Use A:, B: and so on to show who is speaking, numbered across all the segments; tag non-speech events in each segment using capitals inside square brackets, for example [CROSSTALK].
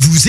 A: Vous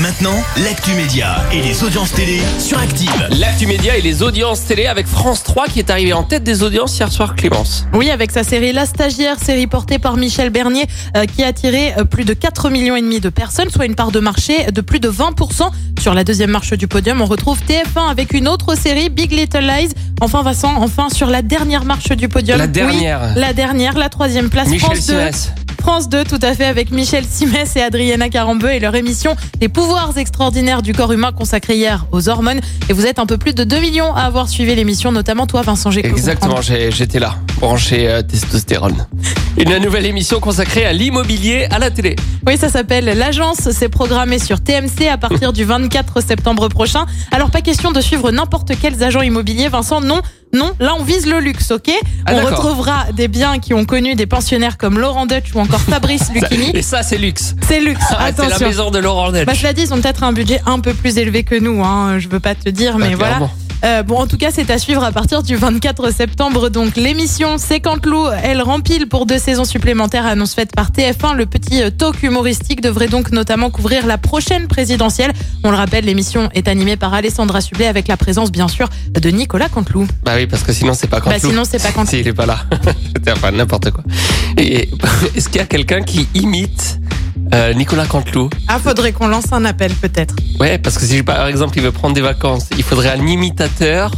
A: maintenant, l'actu média et les audiences télé sur Active.
B: L'actu média et les audiences télé avec France 3 qui est arrivé en tête des audiences hier soir, Clémence.
C: Oui, avec sa série La Stagiaire, série portée par Michel Bernier, euh, qui a attiré euh, plus de 4,5 millions et demi de personnes, soit une part de marché de plus de 20%. Sur la deuxième marche du podium, on retrouve TF1 avec une autre série, Big Little Lies. Enfin, Vincent, enfin, sur la dernière marche du podium.
B: La
C: Oui,
B: dernière.
C: la dernière, la troisième place.
B: Michel
C: France 2.
B: Simès.
C: France 2, tout à fait, avec Michel Simès et Adriana Carambeu et leur émission Les pouvoirs extraordinaires du corps humain consacrée hier aux hormones. Et vous êtes un peu plus de 2 millions à avoir suivi l'émission, notamment toi, Vincent Gécot.
B: Exactement, j'ai- j'étais là, branché euh, testostérone. Une nouvelle émission consacrée à l'immobilier à la télé.
C: Oui, ça s'appelle L'Agence. C'est programmé sur TMC à partir du 24 septembre prochain. Alors, pas question de suivre n'importe quels agents immobiliers, Vincent. Non, non. Là, on vise le luxe, ok
B: Ah,
C: On
B: d'accord.
C: retrouvera des biens qui ont connu des pensionnaires comme Laurent Deutsch ou
B: [LAUGHS]
C: encore Fabrice Lucchini.
B: Et ça, c'est luxe.
C: C'est luxe,
B: Ah, C'est la
C: attention.
B: maison de Laurent Deutsch.
C: Bah, cela dit, ils ont peut-être un budget un peu plus élevé que nous. Hein. Je veux pas te dire, mais
B: Bah,
C: voilà.
B: clairement.
C: Euh, bon, en tout cas, c'est à suivre à partir du 24 septembre. Donc, l'émission C'est Cantelou, elle rempile pour deux saisons supplémentaires, annonce faite par TF1. Le petit euh, talk humoristique devrait donc notamment couvrir la prochaine présidentielle. On le rappelle, l'émission est animée par Alessandra Sublet avec la présence, bien sûr, de Nicolas Cantelou.
B: Bah oui, parce que sinon, c'est pas quand
C: Bah, sinon, c'est pas Cantelou.
B: il est pas là. [LAUGHS] J'étais enfin n'importe quoi. Et est-ce qu'il y a quelqu'un qui imite euh, Nicolas Canteloup
C: Ah, faudrait qu'on lance un appel, peut-être.
B: Ouais, parce que si par exemple il veut prendre des vacances, il faudrait un imitateur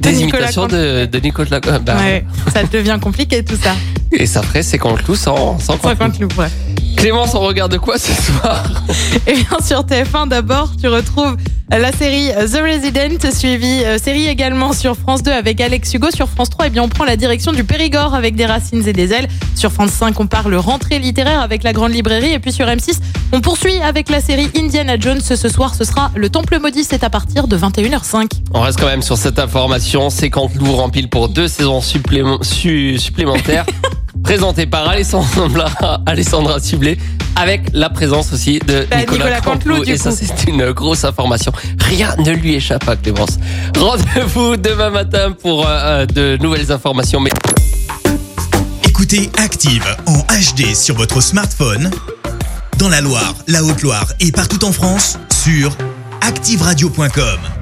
B: des
C: Nicolas
B: imitations de, de Nicolas. euh, bah,
C: Ouais, ça devient compliqué, tout ça.
B: Et ça ferait c'est Canteloup sans sans
C: Sans
B: Canteloup.
C: Cantelou, ouais.
B: Clémence, on regarde quoi ce soir
C: [LAUGHS] Et Eh bien sur TF1 d'abord, tu retrouves euh, la série The Resident, suivie euh, série également sur France 2 avec Alex Hugo. Sur France 3, et bien on prend la direction du Périgord avec des racines et des ailes. Sur France 5, on parle rentrée littéraire avec la Grande Librairie. Et puis sur M6, on poursuit avec la série Indiana Jones. Ce soir, ce sera Le Temple Maudit. C'est à partir de 21h05.
B: On reste quand même sur cette information. C'est Canteloup rempile pour deux saisons supplémen- su-
C: [LAUGHS]
B: supplémentaires, présentées par Alessandra, Alessandra Sublet, avec la présence aussi de
C: Bah,
B: Nicolas,
C: Nicolas Canteloup,
B: Canteloup.
C: du
B: Et ça,
C: coup.
B: c'est une grosse information. Rien ne lui échappe à Clémence. Rendez-vous demain matin pour euh, euh, de nouvelles informations. Mais...
A: Écoutez Active en HD sur votre smartphone, dans la Loire, la Haute-Loire et partout en France, sur activeradio.com.